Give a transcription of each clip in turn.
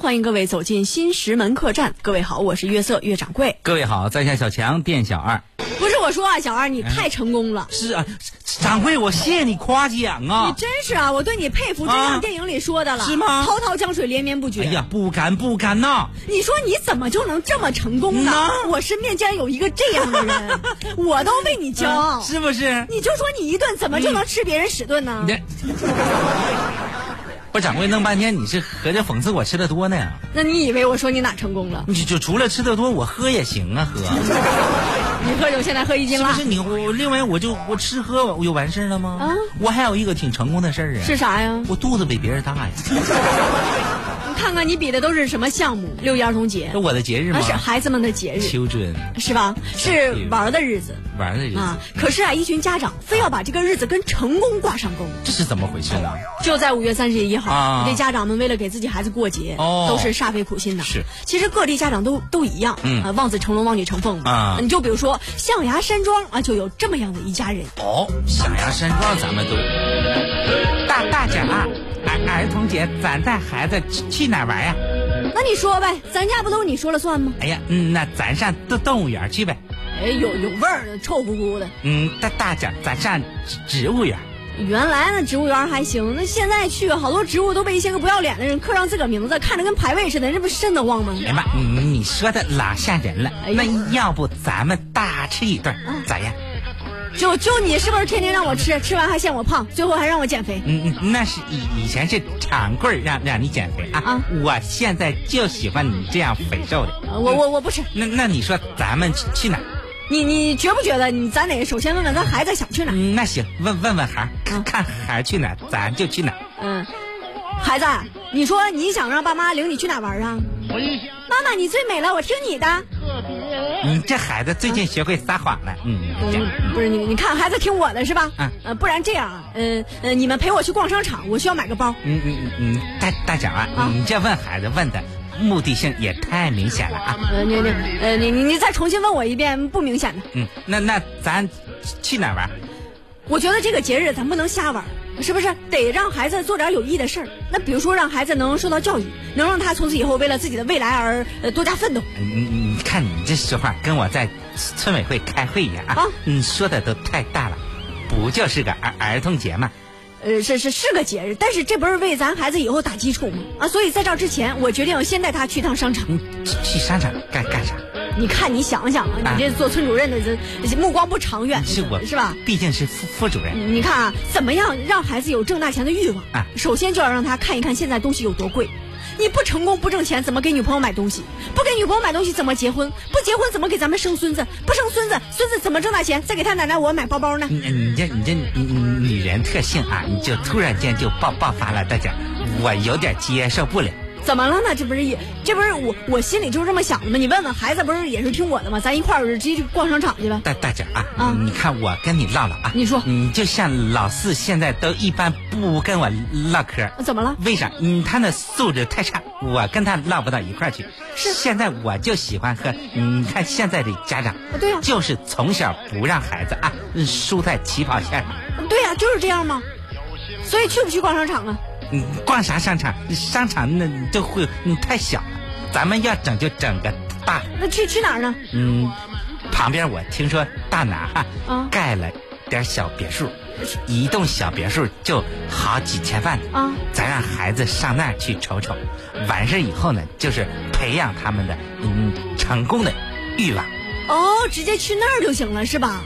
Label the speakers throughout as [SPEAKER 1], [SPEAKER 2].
[SPEAKER 1] 欢迎各位走进新石门客栈。各位好，我是月色月掌柜。
[SPEAKER 2] 各位好，在下小强，店小二。
[SPEAKER 1] 不是我说啊，小二你太成功了，
[SPEAKER 2] 是啊，掌柜，我谢你夸奖
[SPEAKER 1] 你
[SPEAKER 2] 啊。
[SPEAKER 1] 真是啊，我对你佩服，真
[SPEAKER 2] 啊
[SPEAKER 1] 像电影里说的了，
[SPEAKER 2] 是吗
[SPEAKER 1] 滔滔江水连绵不绝。
[SPEAKER 2] 哎呀，不敢不敢呐！
[SPEAKER 1] 你说你怎么就能这么成功呢？
[SPEAKER 2] 呐
[SPEAKER 1] 我身边竟然有一个这样的人， 我都为你骄傲。
[SPEAKER 2] 是不是？
[SPEAKER 1] 你就说你一顿怎么就能吃别人屎顿呢？
[SPEAKER 2] 你不是掌柜弄半天，你是合着讽刺我吃的多呢？
[SPEAKER 1] 那你以为我说你哪成功了？
[SPEAKER 2] 你就除了吃的多，我喝也行啊，喝
[SPEAKER 1] 你喝酒现在喝一斤
[SPEAKER 2] 是
[SPEAKER 1] 了
[SPEAKER 2] 不是你？我另外我就我吃喝我就完事儿了吗？
[SPEAKER 1] 啊
[SPEAKER 2] 我还有一个挺成功的事儿啊，
[SPEAKER 1] 是啥呀？
[SPEAKER 2] 我肚子比别人大呀，
[SPEAKER 1] 你看看你比的都是什么项目？六一儿童节
[SPEAKER 2] 这，我的节日
[SPEAKER 1] 那
[SPEAKER 2] 吗
[SPEAKER 1] 啊是孩子们的节日，
[SPEAKER 2] ？children
[SPEAKER 1] 是吧？是玩儿的日子。
[SPEAKER 2] 玩的日
[SPEAKER 1] 啊
[SPEAKER 2] 子，！
[SPEAKER 1] 可是啊，一群家长非要把这个日子跟成功挂上钩。
[SPEAKER 2] 这是怎么回事呢？
[SPEAKER 1] 就在五月三十一号，
[SPEAKER 2] 啊
[SPEAKER 1] 这家长们为了给自己孩子过节，
[SPEAKER 2] 哦
[SPEAKER 1] 都是煞费苦心的。
[SPEAKER 2] 是，
[SPEAKER 1] 其实各地家长都都一样，
[SPEAKER 2] 嗯
[SPEAKER 1] 啊，望子成龙，望女成凤嘛。
[SPEAKER 2] 啊
[SPEAKER 1] 你就比如说象牙山庄啊，就有这么样的一家人。
[SPEAKER 2] 哦，象牙山庄咱们都
[SPEAKER 3] 大大姐啊，儿儿童节咱带孩子去去哪儿玩呀、
[SPEAKER 1] 那你说呗，咱家不都是你说了算吗？
[SPEAKER 3] 哎呀，嗯，那咱上动动物园去呗。
[SPEAKER 1] 哎，有有味儿，臭乎乎的。
[SPEAKER 3] 嗯，大大姐，咱上植植物园。
[SPEAKER 1] 原来那植物园还行，那现在去好多植物都被一些个不要脸的人刻上自个儿名字，看着跟牌位似的，这不瘆得慌吗？
[SPEAKER 3] 哎呀妈，你你说的老吓人了。
[SPEAKER 1] 哎啊呀
[SPEAKER 3] 那要不咱们大吃一顿，咋样？
[SPEAKER 1] 就就你是不是天天让我吃，吃完还嫌我胖，最后还让我减肥？
[SPEAKER 3] 嗯，嗯那是以以前是长棍儿让让你减肥啊。
[SPEAKER 1] 啊
[SPEAKER 3] 我现在就喜欢你这样肥瘦的。
[SPEAKER 1] 呃我我我不吃，
[SPEAKER 3] 那那你说咱们去去哪儿？
[SPEAKER 1] 你你觉不觉得你咱得首先问问咱孩子想去哪儿？
[SPEAKER 3] 嗯，那行，问问问孩儿，
[SPEAKER 1] 啊
[SPEAKER 3] 看看孩儿去哪儿，咱就去哪儿。
[SPEAKER 1] 嗯，孩子，啊你说你想让爸妈领你去哪玩啊？妈妈，你最美了，我听你的。
[SPEAKER 3] 你这孩子最近学会撒谎了。嗯，这样。
[SPEAKER 1] 嗯，不是你，你看孩子听我的是吧？
[SPEAKER 3] 啊
[SPEAKER 1] 呃，不然这样啊，嗯呃，你们陪我去逛商场，我需要买个包。
[SPEAKER 3] 嗯嗯嗯，嗯，大大脚啊，
[SPEAKER 1] 啊
[SPEAKER 3] 你这问孩子问的目的性也太明显了啊。
[SPEAKER 1] 呃，你你呃你你你再重新问我一遍，不明显的。
[SPEAKER 3] 嗯，那那咱去哪儿玩？
[SPEAKER 1] 我觉得这个节日咱不能瞎玩儿，是不是？得让孩子做点有益的事儿。那比如说，让孩子能受到教育，能让他从此以后为了自己的未来而呃多加奋斗。
[SPEAKER 3] 你你你看你这说话跟我在村委会开会一样啊
[SPEAKER 1] 啊！
[SPEAKER 3] 你说的都太大了，不就是个儿儿童节吗？
[SPEAKER 1] 呃，是是是个节日，但是这不是为咱孩子以后打基础吗？啊，所以在这儿之前，我决定先带他去趟商场。
[SPEAKER 3] 你去去商场干干啥？
[SPEAKER 1] 你看，你想想啊，你这做村主任的这这目光不长远，
[SPEAKER 3] 哎是我
[SPEAKER 1] 是吧？？
[SPEAKER 3] 毕竟是副副主任。
[SPEAKER 1] 你看啊，怎么样让孩子有挣大钱的欲望？
[SPEAKER 3] 啊
[SPEAKER 1] 首先就要让他看一看现在东西有多贵。你不成功不挣钱，怎么给女朋友买东西？不给女朋友买东西怎么结婚？不结婚怎么给咱们生孙子？不生孙子，孙子怎么挣大钱？再给他奶奶我买包包呢？
[SPEAKER 3] 你你这你这你你女人特性啊，你就突然间就爆爆发了，大脚，我有点接受不了。
[SPEAKER 1] 怎么了呢？这不是也这不是我我心里就是这么想的吗？你问问孩子，不是也是听我的吗？咱一块儿直接去逛商场去吧。
[SPEAKER 3] 大大姐啊，
[SPEAKER 1] 啊
[SPEAKER 3] 你看我跟你唠唠啊，
[SPEAKER 1] 你说
[SPEAKER 3] 你就像老四现在都一般不跟我唠嗑，
[SPEAKER 1] 怎么了？
[SPEAKER 3] 为啥？嗯，他那素质太差，我跟他唠不到一块儿去。
[SPEAKER 1] 是
[SPEAKER 3] 现在我就喜欢喝，嗯你看现在的家长，
[SPEAKER 1] 哦对呀
[SPEAKER 3] 就是从小不让孩子啊输在起跑线上。
[SPEAKER 1] 嗯对呀、就是这样吗？所以去不去逛商场啊？
[SPEAKER 3] 嗯，逛啥商场？商场那就会嗯太小了，咱们要整就整个大的。
[SPEAKER 1] 那去去哪儿呢？
[SPEAKER 3] 嗯，旁边我听说大拿哈、
[SPEAKER 1] 啊
[SPEAKER 3] 盖了点小别墅，一栋小别墅就好几千万呢
[SPEAKER 1] 啊
[SPEAKER 3] 咱让孩子上那儿去瞅瞅，完事以后呢，就是培养他们的嗯成功的欲望。
[SPEAKER 1] 哦，直接去那儿就行了，是吧？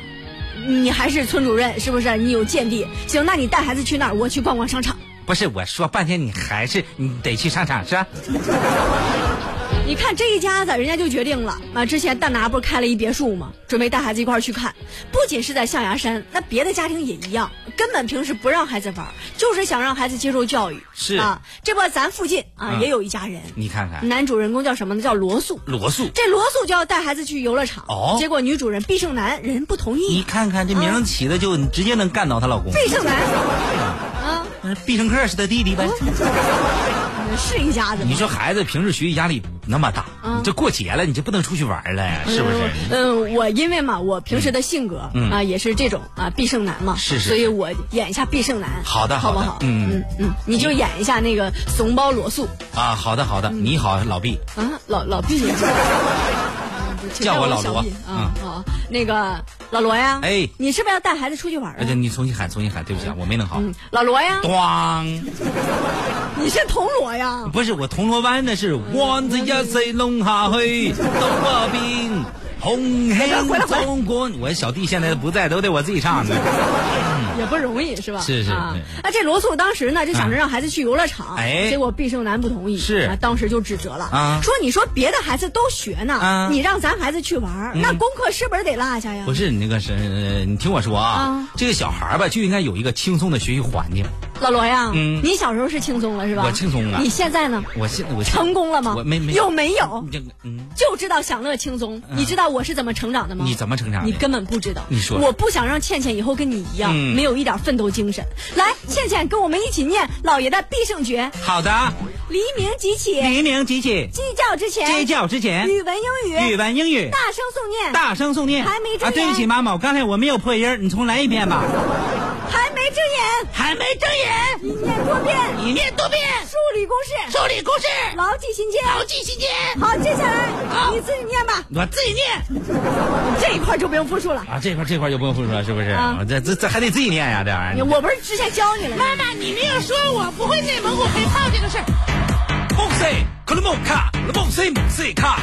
[SPEAKER 1] 你还是村主任是不是？你有见地。行，那你带孩子去那儿，我去逛逛商场。
[SPEAKER 3] 不是我说半天，你还是你得去商场是吧？
[SPEAKER 1] 你看这一家子，人家就决定了啊。之前大拿不是开了一别墅吗？准备带孩子一块儿去看。不仅是在象牙山，那别的家庭也一样，根本平时不让孩子玩儿，就是想让孩子接受教育。
[SPEAKER 3] 是
[SPEAKER 1] 啊，这不咱附近啊、
[SPEAKER 3] 嗯
[SPEAKER 1] 也有一家人，
[SPEAKER 3] 你看看
[SPEAKER 1] 男主人公叫什么呢？叫罗素。
[SPEAKER 3] 罗素，
[SPEAKER 1] 这罗素就要带孩子去游乐场，
[SPEAKER 3] 哦
[SPEAKER 1] 结果女主人毕胜男人不同
[SPEAKER 3] 你
[SPEAKER 1] 意。
[SPEAKER 3] 看看这名字起的就你直接能干倒她老公，
[SPEAKER 1] 毕胜男啊，嗯
[SPEAKER 3] 必胜客是她弟弟呗。
[SPEAKER 1] 是一家子吗
[SPEAKER 3] 你说孩子平时学习压力那么大，
[SPEAKER 1] 嗯
[SPEAKER 3] 你这过节了你就不能出去玩了呀，是不是？
[SPEAKER 1] 嗯，我因为嘛，我平时的性格、啊也是这种啊必胜男嘛，
[SPEAKER 3] 是是
[SPEAKER 1] 所以我演一下必胜男，
[SPEAKER 3] 好的
[SPEAKER 1] 好不
[SPEAKER 3] 好的
[SPEAKER 1] 好？
[SPEAKER 3] 嗯
[SPEAKER 1] 嗯嗯，你就演一下那个怂包裸素
[SPEAKER 3] 啊，好的好的，
[SPEAKER 1] 嗯
[SPEAKER 3] 你好老毕，
[SPEAKER 1] 啊，老老毕， 请
[SPEAKER 3] 叫我
[SPEAKER 1] 我
[SPEAKER 3] 老
[SPEAKER 1] 小
[SPEAKER 3] 罗嗯
[SPEAKER 1] 毕啊，哦，那个老罗呀，
[SPEAKER 3] 哎呃
[SPEAKER 1] 你是不是要带孩子出去玩
[SPEAKER 3] 而且
[SPEAKER 1] 啊？
[SPEAKER 3] 你重新喊重新喊，对不起啊，我没弄好。
[SPEAKER 1] 嗯，老罗呀，
[SPEAKER 3] 咣！
[SPEAKER 1] 你是铜锣呀？
[SPEAKER 3] 不是我铜锣湾的是丸子一岁龙下去，东坡边红兴中国。我小弟现在不在，都得我自己唱的。
[SPEAKER 1] 嗯也不容易是吧？
[SPEAKER 3] 是是
[SPEAKER 1] 啊
[SPEAKER 3] 对，
[SPEAKER 1] 那这罗素当时呢就想着
[SPEAKER 3] 啊
[SPEAKER 1] 让孩子去游乐场，
[SPEAKER 3] 哎
[SPEAKER 1] 结果毕胜男不同意，
[SPEAKER 3] 是
[SPEAKER 1] 啊当时就指责了，
[SPEAKER 3] 啊
[SPEAKER 1] 说你说别的孩子都学呢，
[SPEAKER 3] 啊
[SPEAKER 1] 你让咱孩子去玩儿，那功课是不是得落下呀
[SPEAKER 3] 不？是你那个是，呃你听我说啊
[SPEAKER 1] 啊，
[SPEAKER 3] 这个小孩儿吧就应该有一个轻松的学习环境。
[SPEAKER 1] 老罗呀，
[SPEAKER 3] 嗯
[SPEAKER 1] 你小时候是轻松了是吧？
[SPEAKER 3] 我轻松了
[SPEAKER 1] 你现在呢？
[SPEAKER 3] 我现我现
[SPEAKER 1] 成功了吗？
[SPEAKER 3] 我没没
[SPEAKER 1] 有没有
[SPEAKER 3] 你？这个嗯，
[SPEAKER 1] 就知道享乐轻松，你知道我是怎么成长的吗？
[SPEAKER 3] 你怎么成长的
[SPEAKER 1] 你根本不知道。
[SPEAKER 3] 你说
[SPEAKER 1] 我不想让倩倩以后跟你一样，
[SPEAKER 3] 嗯
[SPEAKER 1] 没有一点奋斗精神。来，倩倩跟我们一起念老爷的必胜诀：
[SPEAKER 3] 好的，
[SPEAKER 1] 黎明即起，
[SPEAKER 3] 黎明即起，
[SPEAKER 1] 鸡叫之前，
[SPEAKER 3] 鸡叫之前，
[SPEAKER 1] 语文英语，
[SPEAKER 3] 语文英语。
[SPEAKER 1] 大声诵念，
[SPEAKER 3] 大声诵念
[SPEAKER 1] 还没睁眼
[SPEAKER 3] 啊！对不起，妈妈，我刚才我没有破音儿，你重来一遍吧。
[SPEAKER 1] 还没睁眼，
[SPEAKER 3] 还没睁眼，
[SPEAKER 1] 一念多变，
[SPEAKER 3] 一念多变，
[SPEAKER 1] 梳理公式，
[SPEAKER 3] 手里公式，
[SPEAKER 1] 牢记心间。
[SPEAKER 3] 记心间。
[SPEAKER 1] 好，接下来你自己念吧，
[SPEAKER 3] 我自己念
[SPEAKER 1] 这一块就不用复述了。
[SPEAKER 3] 啊，这块这块就不用复述了，是不是？
[SPEAKER 1] 啊
[SPEAKER 3] 我这这这还得自己念呀、这玩意儿。
[SPEAKER 1] 我不是之前教你了吗？
[SPEAKER 4] 妈妈，你没有说我不会内蒙古黑炮这个事儿。
[SPEAKER 2] 梦 C 克鲁梦卡，克鲁梦 C 猛 C 卡。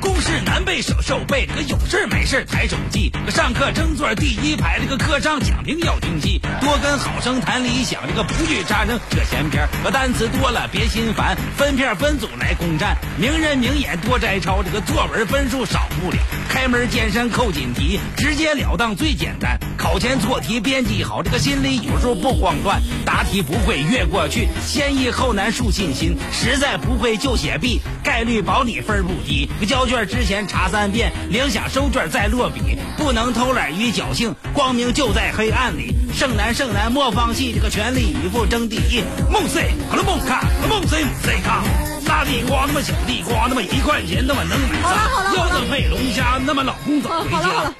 [SPEAKER 2] 公式南背手受背，这个有事儿没事儿抬手机，这个上课争座第一排，这个课上讲评要清晰，多跟好生谈理想，这个不惧差生扯闲篇儿，这单词多了别心烦，分片儿分组来攻占，名人名言多摘抄，这个作文分数少不了，开门见山扣紧题，直截了当最简单，考前做题编辑好，这个心里有时候不慌乱，答题不会越过去，先易后难树信心，实在不会就写 B，概率保你分儿不低。交卷之前查三遍，铃响收卷再落笔，不能偷懒与侥幸，光明就在黑暗里。胜男胜男莫放弃，这个全力以赴争第一。梦 C 可能梦卡，梦 C 谁卡？大地瓜那么小地瓜，那么一块钱那么能买
[SPEAKER 1] 好了好
[SPEAKER 2] 仨，
[SPEAKER 1] 了好了
[SPEAKER 2] 腰子配龙虾，那么老公早
[SPEAKER 1] 哦好
[SPEAKER 2] 回
[SPEAKER 1] 好了好
[SPEAKER 2] 家
[SPEAKER 1] 了。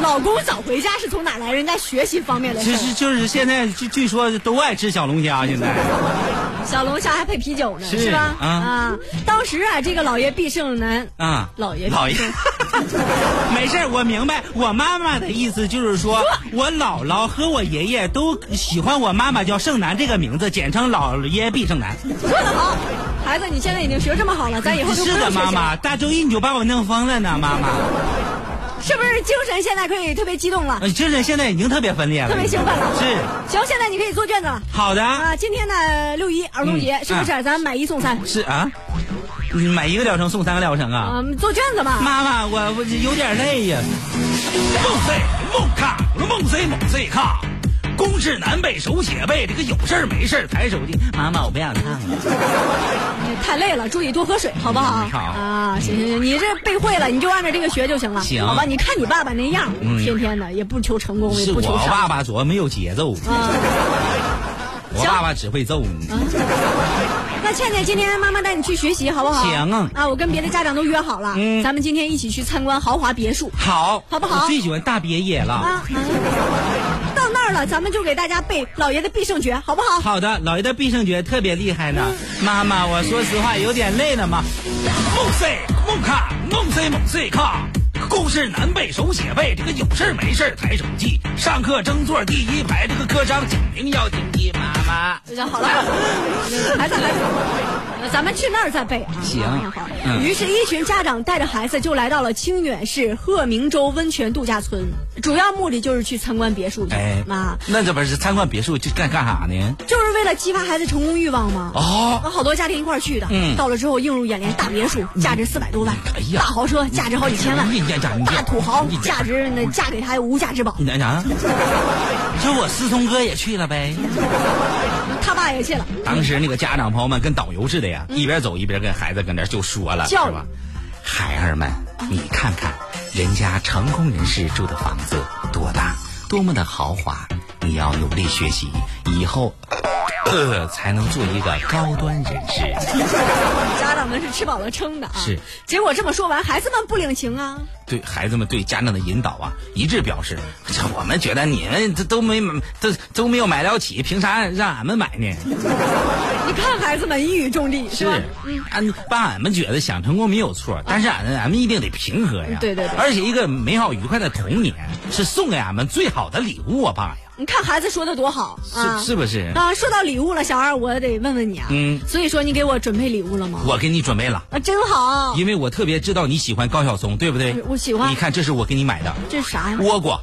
[SPEAKER 1] 老公早回家是从哪来？人家学习方面的事
[SPEAKER 3] 其
[SPEAKER 1] 儿。
[SPEAKER 3] 实就是现在据据说都爱吃小龙虾，现在
[SPEAKER 1] 小龙虾还配啤酒呢，
[SPEAKER 3] 是
[SPEAKER 1] 是吧？
[SPEAKER 3] 啊
[SPEAKER 1] 当时啊，这个老爷必胜男，
[SPEAKER 3] 啊，
[SPEAKER 1] 老爷
[SPEAKER 3] 老爷， 没事儿，我明白。我妈妈的意思就是说，我姥姥和我爷爷都喜欢我妈妈叫胜男这个名字，简称老爷毕胜男。
[SPEAKER 1] 说得好，孩子，你现在已经学这么好了，咱以后就不
[SPEAKER 3] 是
[SPEAKER 1] 用
[SPEAKER 3] 的，
[SPEAKER 1] 学习
[SPEAKER 3] 妈
[SPEAKER 1] 了
[SPEAKER 3] 妈，大周一你就把我弄疯了呢，妈妈。
[SPEAKER 1] 是不是精神现在可以特别激动了，
[SPEAKER 3] 呃就是现在已经特别分裂了，
[SPEAKER 1] 特别兴奋了？
[SPEAKER 3] 是
[SPEAKER 1] 行，现在你可以做卷子了。
[SPEAKER 3] 好的，
[SPEAKER 1] 啊，今天呢六一儿童节，
[SPEAKER 3] 嗯
[SPEAKER 1] 是不是、咱买一送三？
[SPEAKER 3] 是啊，你买一个疗程送三个疗程啊。
[SPEAKER 1] 啊，做卷子嘛。
[SPEAKER 3] 妈妈，我我有点累呀。
[SPEAKER 2] 梦 C 梦卡，梦 C 梦 C 卡。公式南北手写背，这个有事儿没事儿抬手机。
[SPEAKER 3] 妈妈，我不想看了。
[SPEAKER 1] 太累了，注意多喝水，好不好？
[SPEAKER 3] 嗯好
[SPEAKER 1] 啊，行行行，你这背会了，你就按照这个学就行了。
[SPEAKER 3] 行嗯
[SPEAKER 1] 好吧？你看你爸爸那样，天天的也不求成功，也
[SPEAKER 3] 是
[SPEAKER 1] 不求
[SPEAKER 3] 我
[SPEAKER 1] 上。
[SPEAKER 3] 爸爸主要没有节奏，
[SPEAKER 1] 啊。
[SPEAKER 3] 我爸爸只会揍你。
[SPEAKER 1] 那倩倩，今天妈妈带你去学习，好不好？
[SPEAKER 3] 行啊
[SPEAKER 1] 啊，我跟别的家长都约好了，
[SPEAKER 3] 嗯
[SPEAKER 1] 咱们今天一起去参观豪华别墅
[SPEAKER 3] 好，
[SPEAKER 1] 好不好
[SPEAKER 3] 我最喜欢大别野了。
[SPEAKER 1] 啊。啊到那儿了，咱们就给大家背老爷的必胜诀，好不好？
[SPEAKER 3] 好的，老爷的必胜诀特别厉害呢。妈妈，我说实话有点累了嘛。
[SPEAKER 2] 梦 C 梦卡，梦 C 梦 C 卡。公式南北手写背，这个有事儿没事儿抬手记。上课争座第一排，这个课章讲评要听题。妈妈，
[SPEAKER 1] 那好了， 孩子，孩子。呃咱们去那儿再背啊！
[SPEAKER 3] 行
[SPEAKER 1] 好好好
[SPEAKER 3] 嗯
[SPEAKER 1] 于是，一群家长带着孩子就来到了清远市鹤鸣洲温泉度假村，主要目的就是去参观别墅去。
[SPEAKER 3] 哎
[SPEAKER 1] 妈，
[SPEAKER 3] 那这不是参观别墅就干干啥呢？
[SPEAKER 1] 就是为了激发孩子成功欲望吗？
[SPEAKER 3] 哦，
[SPEAKER 1] 和好多家庭一块儿去的，
[SPEAKER 3] 嗯
[SPEAKER 1] 到了之后映入眼帘大别墅，价值四百多万，
[SPEAKER 3] 哎呀嗯
[SPEAKER 1] 大豪车价值好几千万
[SPEAKER 3] 哎呀呀，你这
[SPEAKER 1] 大土豪
[SPEAKER 3] 你这
[SPEAKER 1] 价值那嫁给他无价之宝，
[SPEAKER 3] 你那啥？ 你说我思聪哥也去了呗？嗯
[SPEAKER 1] 他爸也去了，
[SPEAKER 3] 当时那个家长朋友们跟导游似的呀，一边走一边跟孩子跟这就说了，是
[SPEAKER 1] 教育
[SPEAKER 3] 吧？孩儿们，你看看人家成功人士住的房子多大，多么的豪华！你要努力学习，以后呃，才能做一个高端人士。
[SPEAKER 1] 家长们是吃饱了撑的啊。
[SPEAKER 3] 是。
[SPEAKER 1] 结果这么说完，孩子们不领情啊。
[SPEAKER 3] 对孩子们对家长的引导啊，一致表示，这我们觉得你们这都没都都没有买得起，凭啥让俺们买呢？
[SPEAKER 1] 你看孩子们一语中的，是吧？嗯
[SPEAKER 3] 俺爸俺们觉得想成功没有错，但是俺们俺们一定得平和呀。
[SPEAKER 1] 对对对
[SPEAKER 3] 而且一个美好愉快的童年是送给俺们最好的礼物啊，爸呀，
[SPEAKER 1] 你看孩子说的多好啊！
[SPEAKER 3] 是是不是？
[SPEAKER 1] 啊，说到礼物了，小二，我得问问你啊。
[SPEAKER 3] 嗯
[SPEAKER 1] 所以说，你给我准备礼物了吗？
[SPEAKER 3] 我给你准备了。
[SPEAKER 1] 啊，真好。
[SPEAKER 3] 因为我特别知道你喜欢高晓松，对不对
[SPEAKER 1] 嗯？我喜欢
[SPEAKER 3] 你看，这是我给你买的
[SPEAKER 1] 这是啥呀？
[SPEAKER 3] 倭瓜，